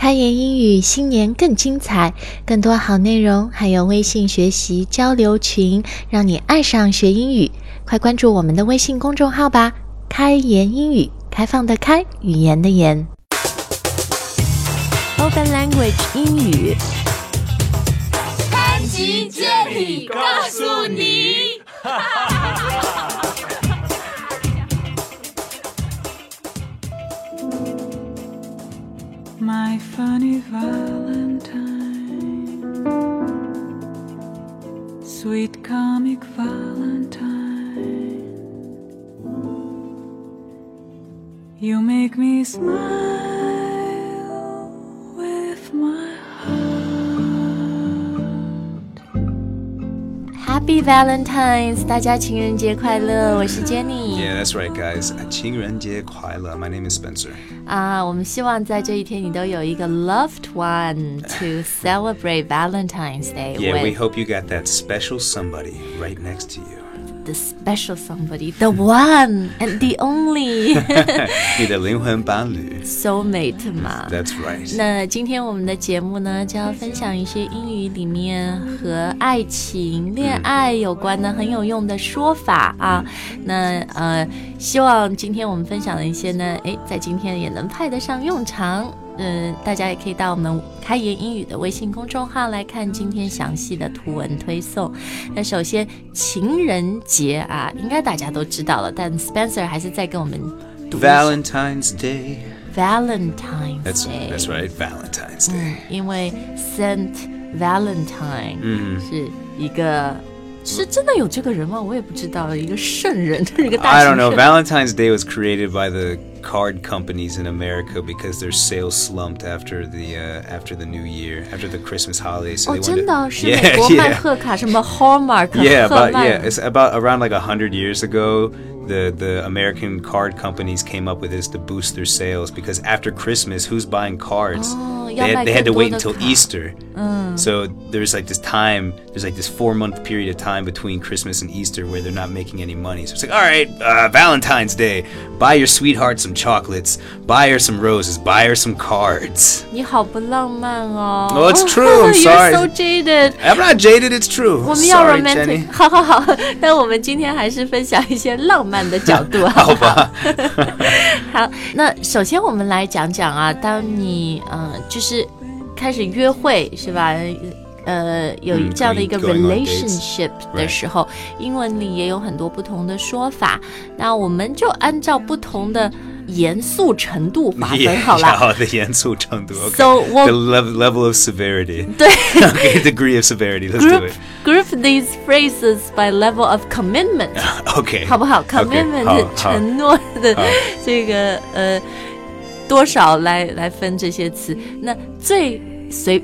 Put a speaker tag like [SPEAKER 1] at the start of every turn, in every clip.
[SPEAKER 1] 开言英语新年更精彩，更多好内容，还有微信学习交流群，让你爱上学英语。快关注我们的微信公众号吧！开言英语，开放的开，语言的言。Open Language 英语。
[SPEAKER 2] 班级见你，告诉你。
[SPEAKER 3] My funny Valentine, sweet comic Valentine, you make me smile with my heart.
[SPEAKER 1] Happy Valentine's！大家情人节快乐！我是 Jenny。
[SPEAKER 4] Yeah, that's right, guys. 情人节快乐. My name is Spencer.
[SPEAKER 1] 啊我们希望在这一天你都有一个 loved one to celebrate Valentine's Day
[SPEAKER 4] Yeah, we
[SPEAKER 1] with
[SPEAKER 4] hope you got that special somebody right next to you.
[SPEAKER 1] the special somebody, the one and the only
[SPEAKER 4] 你的灵魂伴侣.
[SPEAKER 1] soulmate 嘛。
[SPEAKER 4] That's right.
[SPEAKER 1] 那今天我们的节目呢，就要分享一些英语里面和爱情、恋爱有关的很有用的说法啊。
[SPEAKER 4] 嗯
[SPEAKER 1] 那呃，希望今天我们分享的一些呢，诶，在今天也能派得上用场。嗯，大家也可以到我们开言英语的微信公众号来看今天详细的图文推送。那首先，情人节啊，应该大家都知道了，但 Spencer 还是再跟我们读一下
[SPEAKER 4] Valentine's Day.
[SPEAKER 1] Valentine's
[SPEAKER 4] That's
[SPEAKER 1] Day Mm.
[SPEAKER 4] that's right, Valentine's
[SPEAKER 1] 嗯
[SPEAKER 4] Day.，
[SPEAKER 1] 因为 Saint Valentine
[SPEAKER 4] 嗯
[SPEAKER 1] 是一个。是真的有这个人吗？我也不知道，一个圣人， 一个大
[SPEAKER 4] I
[SPEAKER 1] 型
[SPEAKER 4] don't
[SPEAKER 1] 圣
[SPEAKER 4] know.
[SPEAKER 1] 人。
[SPEAKER 4] Valentine's Day was created by the card companies in America because their sales slumped after the uh, after the New Year, after the Christmas holiday. So
[SPEAKER 1] 哦，
[SPEAKER 4] they wanted
[SPEAKER 1] 真
[SPEAKER 4] to-
[SPEAKER 1] 的是
[SPEAKER 4] Yeah,
[SPEAKER 1] 美国
[SPEAKER 4] yeah.
[SPEAKER 1] 卖贺卡，什么 Hallmark
[SPEAKER 4] yeah,
[SPEAKER 1] 贺
[SPEAKER 4] about
[SPEAKER 1] 曼
[SPEAKER 4] yeah, it's about around like a hundred years ago. The the American card companies came up with this to boost their sales because after Christmas, who's buying cards?
[SPEAKER 1] Oh,
[SPEAKER 4] they,
[SPEAKER 1] 要
[SPEAKER 4] had, they had
[SPEAKER 1] 卖更多的
[SPEAKER 4] to wait until
[SPEAKER 1] 卡。
[SPEAKER 4] Easter.
[SPEAKER 1] Mm.
[SPEAKER 4] So there's like this time, there's like this four month period of time between Christmas and Easter where they're not making any money. So it's like, all right, uh, Valentine's Day, buy your sweetheart some chocolates, buy her some roses, buy her some cards.
[SPEAKER 1] 你好不浪漫哦。
[SPEAKER 4] No, it's true, I'm
[SPEAKER 1] You're
[SPEAKER 4] sorry.
[SPEAKER 1] so jaded.
[SPEAKER 4] I'm not jaded, it's true.
[SPEAKER 1] 我们要
[SPEAKER 4] Sorry,
[SPEAKER 1] romantic，
[SPEAKER 4] Jenny.
[SPEAKER 1] 好好好，但我们今天还是分享一些浪漫的角 度，好不好？ 好，那首先我们来讲讲啊，当你呃就是开始约会是吧？呃，有
[SPEAKER 4] 嗯
[SPEAKER 1] 这样的一个
[SPEAKER 4] going- going on dates
[SPEAKER 1] relationship 的
[SPEAKER 4] Right
[SPEAKER 1] 时候，英文里也有很多不同的说法。那我们就按照不同的严肃程度划分好了。
[SPEAKER 4] Yeah, 严肃程度。Okay.
[SPEAKER 1] So
[SPEAKER 4] the
[SPEAKER 1] 我
[SPEAKER 4] level level of severity.
[SPEAKER 1] 对
[SPEAKER 4] okay, degree of severity. Let's do
[SPEAKER 1] group
[SPEAKER 4] it.
[SPEAKER 1] group these phrases by level of commitment。
[SPEAKER 4] Okay.
[SPEAKER 1] 好不好
[SPEAKER 4] Okay，
[SPEAKER 1] ？commitment
[SPEAKER 4] 好
[SPEAKER 1] 的
[SPEAKER 4] 好
[SPEAKER 1] 承诺的
[SPEAKER 4] 好
[SPEAKER 1] 这个呃多少来来分这些词，那最随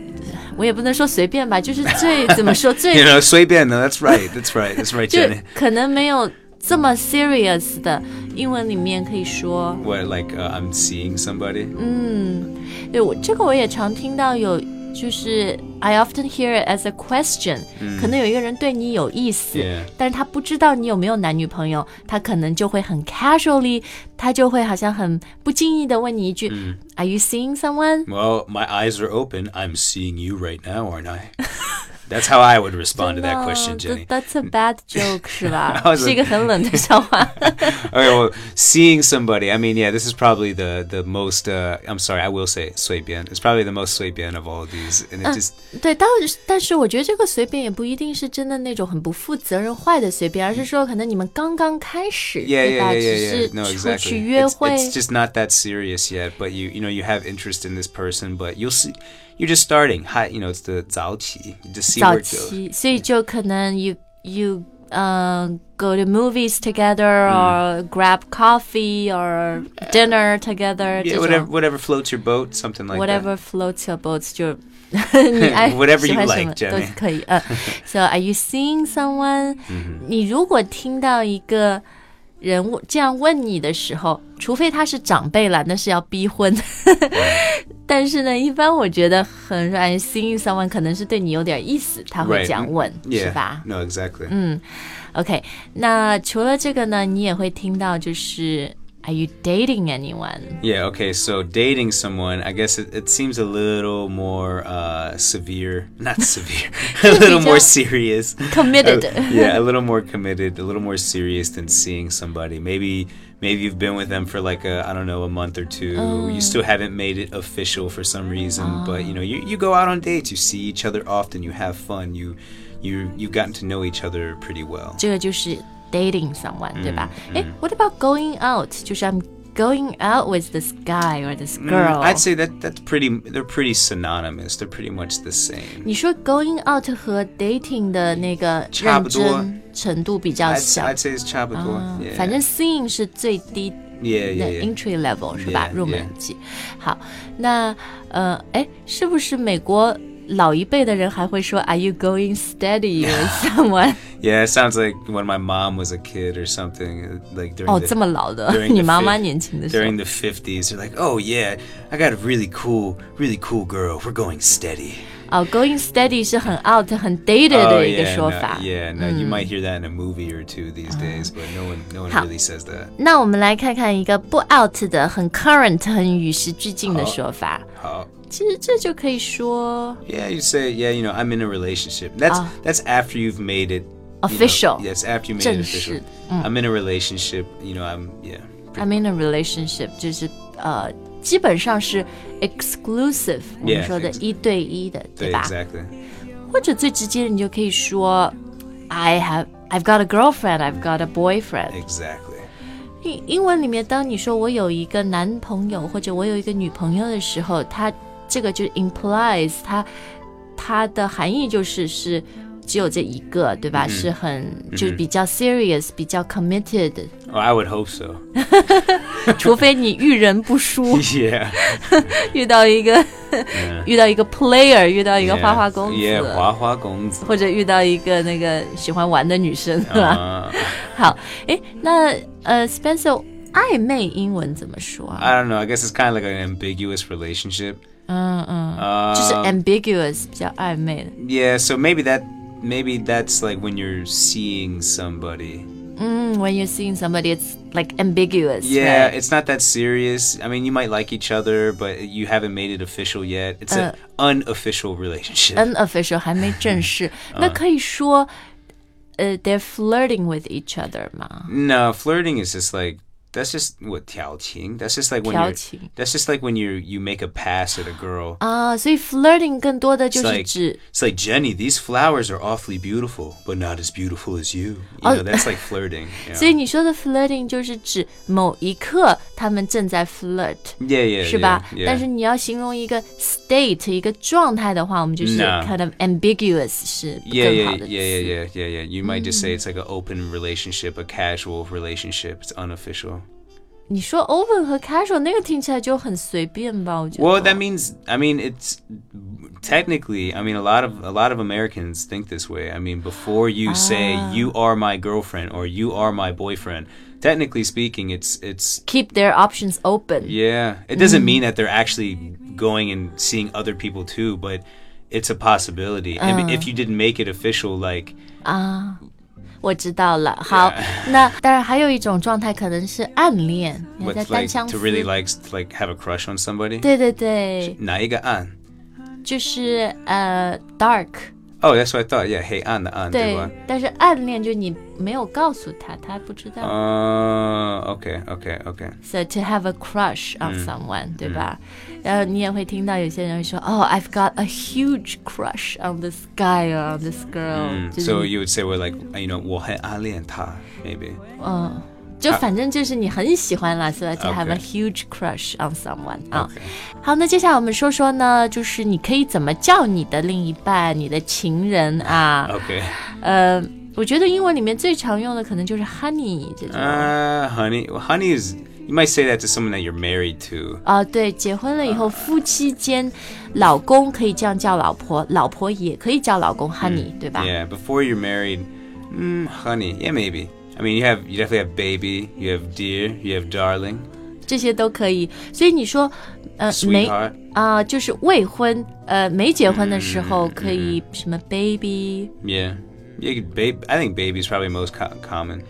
[SPEAKER 1] 我也不能说随便吧，就是最怎么说
[SPEAKER 4] You
[SPEAKER 1] 最
[SPEAKER 4] know, 随便呢, That's right. That's right. That's right,
[SPEAKER 1] 就
[SPEAKER 4] Jenny.
[SPEAKER 1] 可能没有这么 serious 的英文里面可以说，
[SPEAKER 4] What like uh, I'm seeing somebody?
[SPEAKER 1] 嗯，对我这个我也常听到有。就是 I often hear it as a question，、可
[SPEAKER 4] 嗯
[SPEAKER 1] 能有一个人对你有意思
[SPEAKER 4] Yeah.
[SPEAKER 1] 但是他不知道你有没有男女朋友，他可能就会很 casually，他就会好像很不经意的问你一句、a r e you seeing someone？
[SPEAKER 4] Well, my eyes are open. I'm seeing you right now, aren't I? That's how I would respond to that question, Jenny.
[SPEAKER 1] t h a t s a bad joke，是吧
[SPEAKER 4] I？was
[SPEAKER 1] 是一个很冷的笑话。
[SPEAKER 4] Okay, well, seeing somebody. I mean, yeah, this is probably the the most. Uh, I'm sorry, I will say 随便. It's probably the most 随便 of all of these, and it
[SPEAKER 1] Uh,
[SPEAKER 4] just
[SPEAKER 1] 对，但是但是我觉得这个随便也不一定是真的那种很不负责任、坏的随便，而是说可能你们刚刚开始，
[SPEAKER 4] yeah,
[SPEAKER 1] 对
[SPEAKER 4] yeah,
[SPEAKER 1] 吧？
[SPEAKER 4] yeah,
[SPEAKER 1] 只
[SPEAKER 4] yeah, yeah.
[SPEAKER 1] 是
[SPEAKER 4] No,
[SPEAKER 1] 出
[SPEAKER 4] exactly.
[SPEAKER 1] 去约
[SPEAKER 4] It's,
[SPEAKER 1] 会。
[SPEAKER 4] it's just not that serious yet, but you you know you have interest in this person, but you'll see you're just starting. Hi, you know it's the 早期. You just see
[SPEAKER 1] 早
[SPEAKER 4] where it goes.
[SPEAKER 1] 期，所以就可能 you you 呃、go to movies together or grab coffee or dinner together 这
[SPEAKER 4] Yeah,
[SPEAKER 1] 种
[SPEAKER 4] whatever whatever floats your boat, something like
[SPEAKER 1] whatever floats your boat 就你爱
[SPEAKER 4] Whatever
[SPEAKER 1] 喜欢
[SPEAKER 4] you
[SPEAKER 1] 什么
[SPEAKER 4] like, Jenny.
[SPEAKER 1] 都可以。呃、s o are you seeing someone？、你如果听到一个人物这样问你的时候，除非他是长辈了，那是要逼婚。 但是呢，一般我觉得很 Are you seeing someone 可能是对你有点意思，他
[SPEAKER 4] that.
[SPEAKER 1] 会
[SPEAKER 4] Right.
[SPEAKER 1] 这样问
[SPEAKER 4] Yeah.
[SPEAKER 1] 是吧？
[SPEAKER 4] No,
[SPEAKER 1] Mm.
[SPEAKER 4] exactly.
[SPEAKER 1] OK，那除了这个呢，你也会听到就是 Are you dating anyone?
[SPEAKER 4] Yeah, okay, so dating someone, I guess it, it seems a little more uh, severe. Not severe, a little more serious.
[SPEAKER 1] Committed.
[SPEAKER 4] Uh, yeah, a little more committed, a little more serious than seeing somebody. Maybe maybe you've been with them for like a I don't know, a month or two.
[SPEAKER 1] Oh.
[SPEAKER 4] You still haven't made it official for some reason, but you know, you, you go out on dates, you see each other often, you have fun, you you you've gotten to know each other pretty well.
[SPEAKER 1] 这个就是 dating someone，、对
[SPEAKER 4] 嗯
[SPEAKER 1] 吧？哎，What about going out？就是 I'm going out with this guy or this
[SPEAKER 4] Mm,
[SPEAKER 1] girl。
[SPEAKER 4] I'd say that that's pretty they're pretty synonymous. They're pretty much the same.
[SPEAKER 1] 你说 going out 和 dating 的那个
[SPEAKER 4] 差
[SPEAKER 1] 认
[SPEAKER 4] 不多
[SPEAKER 1] 真程度比较
[SPEAKER 4] I'd,
[SPEAKER 1] 小，
[SPEAKER 4] I'd say it's chapadour.
[SPEAKER 1] 嗯
[SPEAKER 4] yeah.
[SPEAKER 1] 反正 seeing 是最低
[SPEAKER 4] yeah,
[SPEAKER 1] 的
[SPEAKER 4] yeah, yeah.
[SPEAKER 1] entry level 是吧？
[SPEAKER 4] Yeah,
[SPEAKER 1] 入门级。好，那呃，哎，是不是美国老一辈的人还会说 Are you going steady with someone？
[SPEAKER 4] Yeah, it sounds like when my mom was a kid or something. Like during
[SPEAKER 1] 哦，
[SPEAKER 4] the,
[SPEAKER 1] 这么老 的，
[SPEAKER 4] during
[SPEAKER 1] 你
[SPEAKER 4] the
[SPEAKER 1] 妈妈
[SPEAKER 4] fif-
[SPEAKER 1] 年轻的时候
[SPEAKER 4] during。the fifties, you're like, oh yeah, I got a really cool, really cool girl. We're going steady.
[SPEAKER 1] 哦，going steady 是很 out 很 dated
[SPEAKER 4] oh
[SPEAKER 1] 的一个
[SPEAKER 4] yeah,
[SPEAKER 1] 说
[SPEAKER 4] no-
[SPEAKER 1] 法。
[SPEAKER 4] yeah. No, you might hear that in a movie or two these days, but no one, no one really says that.
[SPEAKER 1] 那我们来看看一个不 out 的、很 current、很与时俱进的说法。
[SPEAKER 4] Oh,
[SPEAKER 1] 其实这就可以说
[SPEAKER 4] yeah, you say, yeah, you know, I'm in a relationship. That's that's after you've made it you know,
[SPEAKER 1] official。
[SPEAKER 4] yes, after you made it
[SPEAKER 1] 正式，
[SPEAKER 4] official. I'm in a relationship. You know, I'm yeah.
[SPEAKER 1] I'm in a relationship，就是呃，基本上是 exclusive，我们说的
[SPEAKER 4] ex-
[SPEAKER 1] 一对一的，对吧？
[SPEAKER 4] exactly.
[SPEAKER 1] 或者最直接的，你就可以说 I have I've got a girlfriend, I've got a boyfriend。
[SPEAKER 4] Exactly.
[SPEAKER 1] 英英文里面，当你说我有一个男朋友或者我有一个女朋友的时候，它这个就 implies 它它的含义就是是。只有这一个，对吧？是很就是比较 serious，、比较 committed，
[SPEAKER 4] Oh, I would hope so.
[SPEAKER 1] 除非你遇人不淑。
[SPEAKER 4] yeah.
[SPEAKER 1] 遇到一个遇到一个 player，遇到一个花花公子
[SPEAKER 4] Yeah, 花花公子。
[SPEAKER 1] 或者遇到一个那个喜欢玩的女生，对吧？
[SPEAKER 4] Uh,
[SPEAKER 1] 好，诶，那呃，Spencer，暧昧英文怎么说啊？
[SPEAKER 4] I don't know. I guess it's kind of like an ambiguous relationship.
[SPEAKER 1] 嗯嗯，
[SPEAKER 4] Uh,
[SPEAKER 1] 就是 ambiguous，比较暧昧的。
[SPEAKER 4] yeah, so maybe that maybe that's like when you're seeing somebody.
[SPEAKER 1] 嗯，when Hmm, you're seeing somebody，it's like ambiguous。
[SPEAKER 4] Yeah, it's not that serious. I mean, you might like each other, but you haven't made it official yet. It's
[SPEAKER 1] Uh.
[SPEAKER 4] an unofficial relationship.
[SPEAKER 1] unofficial 还没正式，
[SPEAKER 4] Uh.
[SPEAKER 1] 那可以说，呃，they're flirting with each other 吗？
[SPEAKER 4] No, flirting is just like that's just what 调情. That's just like when
[SPEAKER 1] 调
[SPEAKER 4] you're,
[SPEAKER 1] 情。
[SPEAKER 4] that's just like when you you make a pass at a girl.
[SPEAKER 1] 啊，所以 flirting 更多的 Uh, 就
[SPEAKER 4] It's
[SPEAKER 1] 是
[SPEAKER 4] like,
[SPEAKER 1] 指
[SPEAKER 4] it's like Jenny, these flowers are awfully beautiful, but not as beautiful as you. You
[SPEAKER 1] Oh.
[SPEAKER 4] know, that's like flirting. you
[SPEAKER 1] 所以
[SPEAKER 4] know?
[SPEAKER 1] 你说的 flirting 就是指某一刻他们正在 flirt，
[SPEAKER 4] Yeah, Mm-hmm. yeah,
[SPEAKER 1] 是吧
[SPEAKER 4] yeah, yeah.
[SPEAKER 1] 但是你要形容一个 state 一个状态的话，我们就是
[SPEAKER 4] No.
[SPEAKER 1] kind of ambiguous 是
[SPEAKER 4] yeah,
[SPEAKER 1] 更
[SPEAKER 4] yeah,
[SPEAKER 1] 好的
[SPEAKER 4] yeah,
[SPEAKER 1] 词。
[SPEAKER 4] yeah, yeah, yeah, yeah. You might just say it's like an open relationship, a casual relationship. It's unofficial.
[SPEAKER 1] 你说 open 和 casual 那个听起来就很随便吧？我觉得。
[SPEAKER 4] Well, that means I mean it's technically I mean a lot of a lot of Americans think this way. I mean before you say you are my girlfriend or you are my boyfriend, technically speaking it's it's
[SPEAKER 1] keep their options open。
[SPEAKER 4] yeah, it doesn't mean that they're actually going and seeing other people too, but it's a possibility. and if you didn't make it official like
[SPEAKER 1] 我知道了。好那当然还有一种状态可能是暗恋，你还在
[SPEAKER 4] with
[SPEAKER 1] 单
[SPEAKER 4] like
[SPEAKER 1] 相思。
[SPEAKER 4] to really like to like have a crush on somebody.
[SPEAKER 1] 对对对，
[SPEAKER 4] 哪一个暗？
[SPEAKER 1] 就是呃、dark。
[SPEAKER 4] Oh, that's what I thought. Yeah, hey, 暗的暗，
[SPEAKER 1] 对
[SPEAKER 4] 对吧？，
[SPEAKER 1] 但是暗恋就你没有告诉他，他不知道。
[SPEAKER 4] Uh, okay, okay, okay.
[SPEAKER 1] So to have a crush on
[SPEAKER 4] Mm。
[SPEAKER 1] someone，、对吧？然后你也会听到有些人会说，哦、i v e got a huge crush on this guy or on this girl，、就是
[SPEAKER 4] Mm, So you would say we're like you know 我很暗恋他 maybe 啊
[SPEAKER 1] 就反正就是你很喜欢啦，so that you have a
[SPEAKER 4] Okay.
[SPEAKER 1] huge crush on someone 啊。
[SPEAKER 4] Okay.
[SPEAKER 1] 好，那接下来我们说说呢，就是你可以怎么叫你的另一半、你的情人啊？
[SPEAKER 4] okay
[SPEAKER 1] 呃，我觉得英文里面最常用的可能就是 honey 这种。
[SPEAKER 4] uh honey well, honey is you might say that to someone that you're married to
[SPEAKER 1] 啊，对，结婚了以后，夫妻间，老公可以这样叫老婆，老婆也可以叫老公 honey，、对吧
[SPEAKER 4] 嗯 yeah before you're married mm, honey yeah maybe I mean you have you definitely have baby you have dear you have darling
[SPEAKER 1] 这些都可以。所以你说，呃，没
[SPEAKER 4] sweetheart
[SPEAKER 1] 啊、就是未婚，呃，没结婚的时候
[SPEAKER 4] 嗯
[SPEAKER 1] 可以什么 baby
[SPEAKER 4] yeah you could babe I think baby's probably most co- common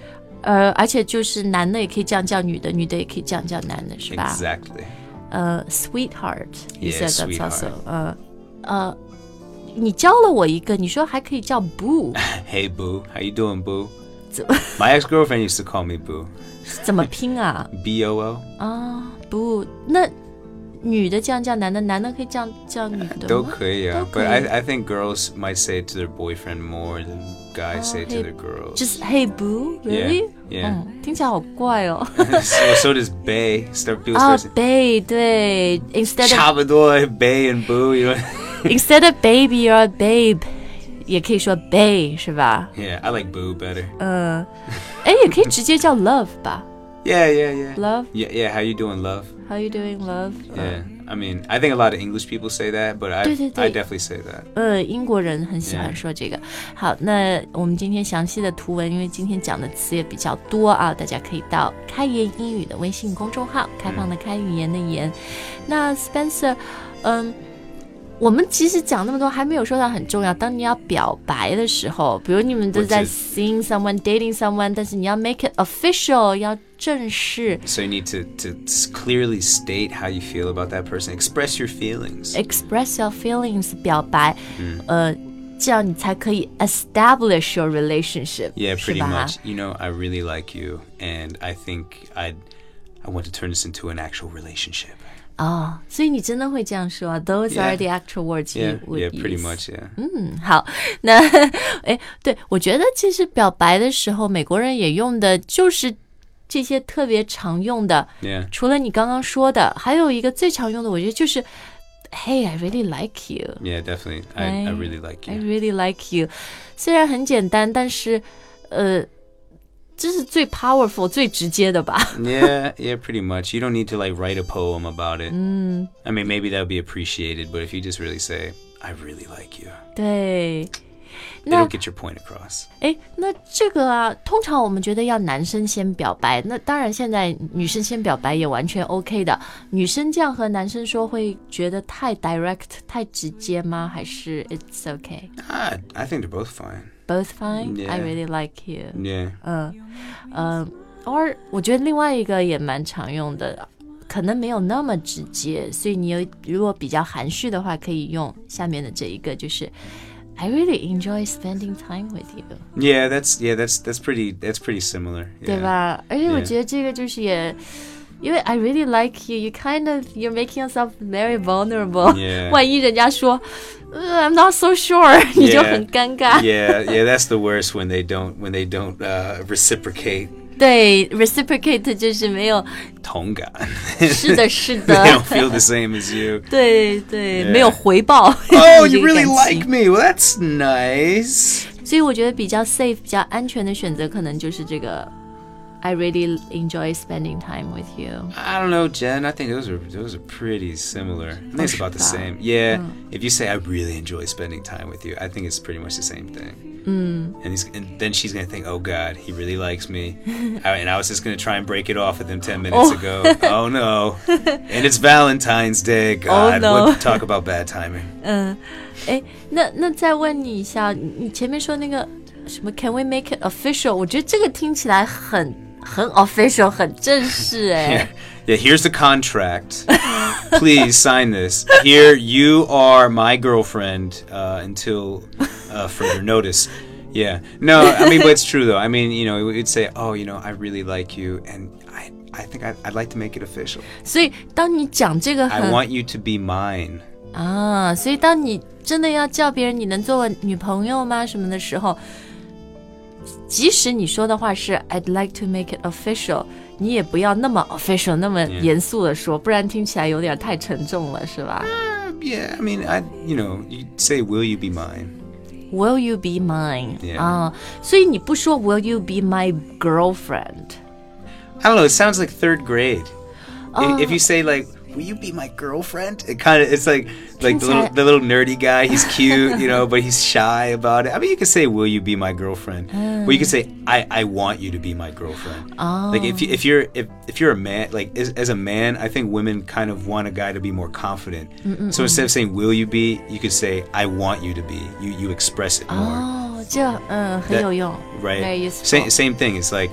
[SPEAKER 1] 呃，而且就是男的也可以这样叫女的，女的也可以这样叫男的，是吧？
[SPEAKER 4] Exactly.
[SPEAKER 1] 呃，sweetheart，you
[SPEAKER 4] Yeah,
[SPEAKER 1] said that's
[SPEAKER 4] sweetheart.
[SPEAKER 1] also，呃，呃，你教了我一个，你说还可以叫 boo，
[SPEAKER 4] Hey boo, how you doing, boo?
[SPEAKER 1] 怎
[SPEAKER 4] My ex-girlfriend used to call me boo.
[SPEAKER 1] 怎么拼啊？
[SPEAKER 4] B O O
[SPEAKER 1] 啊，boo，那女的这样叫男的，男的可以这样叫女的吗？
[SPEAKER 4] 都可以啊。
[SPEAKER 1] 都可以。
[SPEAKER 4] But I, I think girls might say it to their boyfriend more than guys say it to
[SPEAKER 1] hey-
[SPEAKER 4] their girls.
[SPEAKER 1] 就是 Hey boo，really？
[SPEAKER 4] Yeah, yeah.
[SPEAKER 1] 嗯，听起来好怪 哦。
[SPEAKER 4] so, so does bay. Start people
[SPEAKER 1] 啊
[SPEAKER 4] start saying,
[SPEAKER 1] ，babe，对，instead of
[SPEAKER 4] Chabadoy, bay and boo. You know.
[SPEAKER 1] instead of baby or babe，也可以说 babe 是吧？
[SPEAKER 4] yeah, I like boo better.
[SPEAKER 1] 嗯，哎，也可以直接叫 love 吧
[SPEAKER 4] Yeah, yeah, yeah.
[SPEAKER 1] ，love。
[SPEAKER 4] Yeah, yeah. How you doing, love?
[SPEAKER 1] How you doing, love？
[SPEAKER 4] Yeah. I mean, I think a lot of English people say that, but I,
[SPEAKER 1] 对，对，对。
[SPEAKER 4] I definitely say that.
[SPEAKER 1] 呃，英国人很喜欢说这个。好，那我们今天详细的图文，因为今天讲的词也比较多啊，大家可以到开言英语的微信公众号，开放的开，语言的言。那 Spencer，嗯。我们其实讲那么多，还没有说到很重要。当你要表白的时候，比如你们都
[SPEAKER 4] 我
[SPEAKER 1] 在
[SPEAKER 4] 知
[SPEAKER 1] seeing someone, dating someone，但是你要 make it official，要正式
[SPEAKER 4] So you need to, to s- clearly state how you feel about that person. Express your feelings.
[SPEAKER 1] express your feelings 表白，呃，这样你才可以 establish your relationship，
[SPEAKER 4] Yeah,
[SPEAKER 1] 是
[SPEAKER 4] pretty
[SPEAKER 1] 吧
[SPEAKER 4] much. You know, I really like you, and I think I, I want to turn this into an actual relationship.
[SPEAKER 1] 哦，所以你真的会这样说，those are
[SPEAKER 4] Yeah.
[SPEAKER 1] the actual words
[SPEAKER 4] Yeah,
[SPEAKER 1] you
[SPEAKER 4] yeah,
[SPEAKER 1] would Hmm?
[SPEAKER 4] pretty
[SPEAKER 1] use
[SPEAKER 4] much. Yeah.
[SPEAKER 1] 嗯，好，那 哎，对我觉得其实表白的时候，美国人也用的就是这些特别常用的，
[SPEAKER 4] Yeah.
[SPEAKER 1] 除了你刚刚说的，还有一个最常用的，我觉得就是，Hey, I really like you。
[SPEAKER 4] Yeah, definitely. I, I
[SPEAKER 1] I-
[SPEAKER 4] really like
[SPEAKER 1] I
[SPEAKER 4] you.
[SPEAKER 1] really like you，虽然很简单，但是，呃，这是最 powerful、最直接的吧？
[SPEAKER 4] yeah, yeah, pretty much. You don't need to like write a poem about it. Mm. I mean, maybe that would be appreciated, but if you just really say, "I really like you,"
[SPEAKER 1] 对。
[SPEAKER 4] they
[SPEAKER 1] 那
[SPEAKER 4] don't get your point across.
[SPEAKER 1] 哎，那这个啊，通常我们觉得要男生先表白，那当然现在女生先表白也完全 OK 的。女生这样和男生说，会觉得太 direct、太直接吗？还是 It's OK，both、
[SPEAKER 4] Ah, I think they're both fine.
[SPEAKER 1] fine？I
[SPEAKER 4] Yeah.
[SPEAKER 1] really like you。
[SPEAKER 4] Yeah,
[SPEAKER 1] 呃，偶尔我觉得另外一个也蛮常用的，可能没有那么直接，所以你有如果比较含蓄的话，可以用下面的这一个，就是 I really enjoy spending time with you，、
[SPEAKER 4] yeah. That's yeah. That's that's pretty. That's pretty similar.
[SPEAKER 1] 对
[SPEAKER 4] Yeah.
[SPEAKER 1] 吧？而且我
[SPEAKER 4] Yeah
[SPEAKER 1] 觉得这个就是也。因为 I really like you, you kind of you're making yourself very vulnerable.
[SPEAKER 4] Yeah
[SPEAKER 1] 万一人家说，呃、I'm not so sure，你 就
[SPEAKER 4] Yeah
[SPEAKER 1] 很尴尬。
[SPEAKER 4] yeah, yeah. That's the worst when they don't when they don't uh, reciprocate.
[SPEAKER 1] 对，reciprocate 就是没有，
[SPEAKER 4] Tonga.
[SPEAKER 1] 是的，是
[SPEAKER 4] they
[SPEAKER 1] 的。
[SPEAKER 4] don't feel the same as you.
[SPEAKER 1] 对对
[SPEAKER 4] Yeah.
[SPEAKER 1] 没有回报。
[SPEAKER 4] Oh,
[SPEAKER 1] 这
[SPEAKER 4] you
[SPEAKER 1] 个
[SPEAKER 4] really
[SPEAKER 1] 感
[SPEAKER 4] like
[SPEAKER 1] 情
[SPEAKER 4] me. Well, that's nice.
[SPEAKER 1] 所以我觉得比较 safe、比较安全的选择，可能就是这个。I really enjoy spending time with you。
[SPEAKER 4] I don't know, Jen. I think those are those are pretty similar. I think it's about the
[SPEAKER 1] Push back.
[SPEAKER 4] same. Yeah. If you say I really enjoy spending time with you, I think it's pretty much the same thing. Mm. And, he's, and then she's gonna think, oh God, he really likes me, I- and I was just gonna try and break it off with him ten minutes ago. Oh no! And it's Valentine's Day. God,
[SPEAKER 1] no.
[SPEAKER 4] what, talk about bad timing.
[SPEAKER 1] 哎，那那再问你一下，你你前面说那个什么，Can we make it official？我觉得这个听起来很很 official，很正式哎。
[SPEAKER 4] Yeah. yeah. Here's the contract. Please sign this. Here, you are my girlfriend uh, until uh, further notice. Yeah. No, I mean, but it's true though. I mean, you know, we'd say, oh, you know, I really like you, and I, I think I'd, I'd like to make it official.
[SPEAKER 1] 所以当你讲这个
[SPEAKER 4] I
[SPEAKER 1] 很
[SPEAKER 4] want you to be mine.
[SPEAKER 1] 啊，所以当你真的要叫别人你能做我女朋友吗什么的时候，即使你说的话是 I'd like to make it official，你也不要那么 official 那么
[SPEAKER 4] 嗯
[SPEAKER 1] 严肃的说，不然听起来有点太沉重了，是吧
[SPEAKER 4] Uh, yeah. I mean, I, you know, you say, will you be mine?
[SPEAKER 1] ？Will you be mine？、
[SPEAKER 4] Yeah.
[SPEAKER 1] 啊，所以你不说 Will you be my girlfriend？
[SPEAKER 4] I don't know. It sounds like third grade. I- if you say like. Will you be my girlfriend? It kind of it's like like the little,
[SPEAKER 1] Princess.
[SPEAKER 4] the little nerdy guy. He's cute, you know, but he's shy about it. I mean, you could say, "Will you be my girlfriend?" Well, you could say, "I I want you to be my girlfriend." Like if you, if you're if, if you're a man, like as, as a man, I think women kind of want a guy to be more confident. So instead of saying "Will you be," you could say "I want you to be." You you express it more,
[SPEAKER 1] 哦，这嗯很
[SPEAKER 4] That-
[SPEAKER 1] 有用
[SPEAKER 4] right?
[SPEAKER 1] very useful
[SPEAKER 4] Same same thing. It's like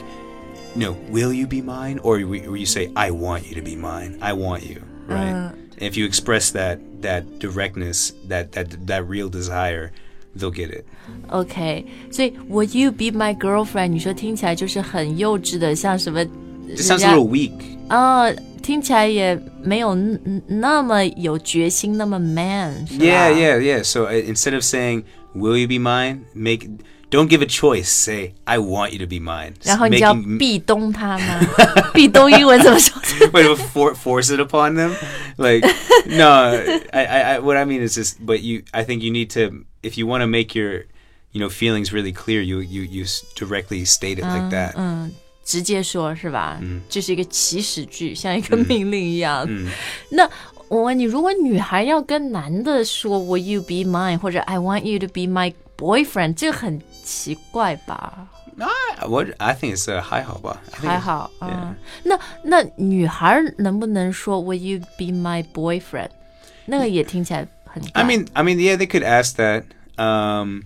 [SPEAKER 4] no, will you be mine? Or we- or you say, I want you to be mine. I want you, right?
[SPEAKER 1] Uh.
[SPEAKER 4] if you express that that directness, that that that real desire, they'll get it.
[SPEAKER 1] OK，所以 Would you be my girlfriend？你说听起来就是很幼稚的，像什么人
[SPEAKER 4] It sounds a
[SPEAKER 1] 家
[SPEAKER 4] little weak.
[SPEAKER 1] 啊、听起来也没有那那么有决心，那么 man，是吧
[SPEAKER 4] Yeah, yeah, yeah. So uh, instead of saying "Will you be mine," make don't give a choice. Say "I want you to be mine."
[SPEAKER 1] 然
[SPEAKER 4] S-
[SPEAKER 1] 后你就要
[SPEAKER 4] making-
[SPEAKER 1] 壁咚他 吗？壁咚英文怎么说？
[SPEAKER 4] Wait, but for, force it upon them? Like, no. I, I, I, what I mean is just, but you, I think you need to, if you want to make your, you know, feelings really clear, you, you, you s- directly state it like that.
[SPEAKER 1] 直接说是吧？
[SPEAKER 4] 嗯
[SPEAKER 1] 这是一个祈使句，像一个命令一样。那我问你，如果女孩要跟男的说 “Will you be mine” 或者 “I want you to be my boyfriend”，这个很奇怪吧？
[SPEAKER 4] I, what I think it's a high hop.
[SPEAKER 1] 还好啊、那那女孩能不能说 “Will you be my boyfriend”？那个也听起来很怪。
[SPEAKER 4] I mean, I mean, yeah, they could ask that. Um,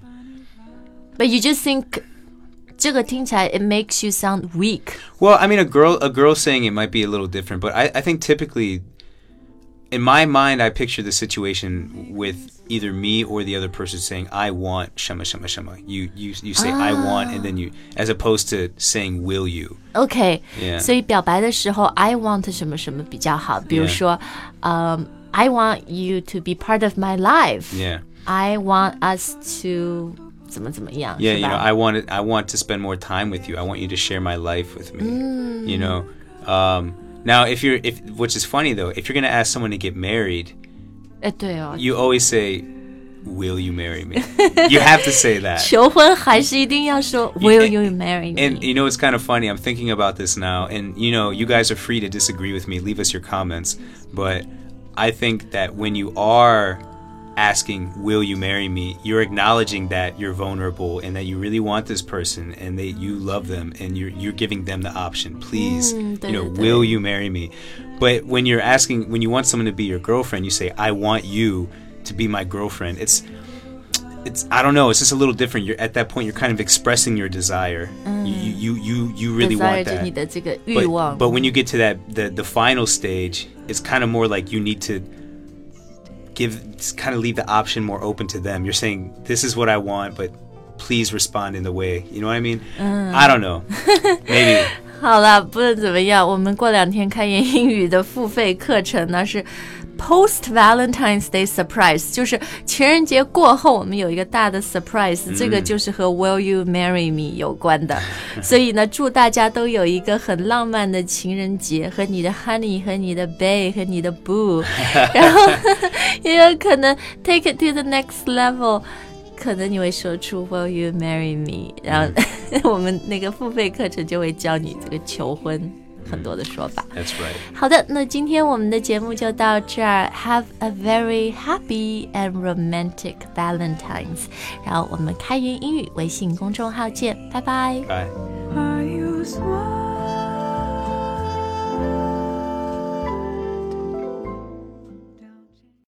[SPEAKER 1] but you just think 这个听起来 it makes you sound weak。
[SPEAKER 4] Well, I mean, a girl a girl saying it might be a little different, but I, I think typically, in my mind, I picture the situation with either me or the other person saying, "I want shema shema shema." You you you say "I want," and then you, as opposed to saying "Will you?"
[SPEAKER 1] OK，、
[SPEAKER 4] Yeah.
[SPEAKER 1] 所以表白的时候，I want 什么什么比较好？比如
[SPEAKER 4] Yeah.
[SPEAKER 1] 说，嗯、i want you to be part of my life。
[SPEAKER 4] Yeah,
[SPEAKER 1] I want us to 怎么怎么样
[SPEAKER 4] yeah.
[SPEAKER 1] 是
[SPEAKER 4] You know,
[SPEAKER 1] 吧
[SPEAKER 4] I want it, I want to spend more time with you. I want you to share my life with me. You know. Um, now, if you're if which is funny though, if you're gonna ask someone to get married,
[SPEAKER 1] 哎，对哦，
[SPEAKER 4] you always say, "Will you marry me?" you have to say that.
[SPEAKER 1] 求婚还是一定要 说 Will you marry me？
[SPEAKER 4] And you know, it's kind of funny. I'm thinking about this now, and you know, you guys are free to disagree with me. Leave us your comments. But I think that when you are asking, "Will you marry me?" you're acknowledging that you're vulnerable and that you really want this person, and that you love them, and you're you're giving them the option. Please, you know,
[SPEAKER 1] 对，对，对。
[SPEAKER 4] will you marry me? But when you're asking, when you want someone to be your girlfriend, you say, "I want you." To be my girlfriend, it's it's I don't know. It's just a little different. You're at that point. You're kind of expressing your desire. You, you you you you really
[SPEAKER 1] desire
[SPEAKER 4] want
[SPEAKER 1] 着
[SPEAKER 4] that.
[SPEAKER 1] 你的这个欲望
[SPEAKER 4] But, but when you get to that the the final stage, it's kind of more like you need to give kind of leave the option more open to them. You're saying this is what I want, but please respond in the way. You know what I mean? I don't know. Maybe
[SPEAKER 1] 好了，不论怎么样，我们过两天开言英语的付费课程呢是 Post Valentine's Day Surprise，就是情人节过后我们有一个大的 surprise，、这个就是和 Will you marry me 有关的。所以呢，祝大家都有一个很浪漫的情人节，和你的 Honey，和你的 Bae，和你的 Boo，然后也有可能 Take it to the next level。可能你会说出 Will you marry me？然后、 我们那个付费课程就会教你这个求婚很多的说法。
[SPEAKER 4] that's right.
[SPEAKER 1] 好的，那今天我们的节目就到这儿。Have a very happy and romantic Valentine's。然后我们开源英语微信公众号见，拜拜。
[SPEAKER 4] Bye.
[SPEAKER 3] Are you smart?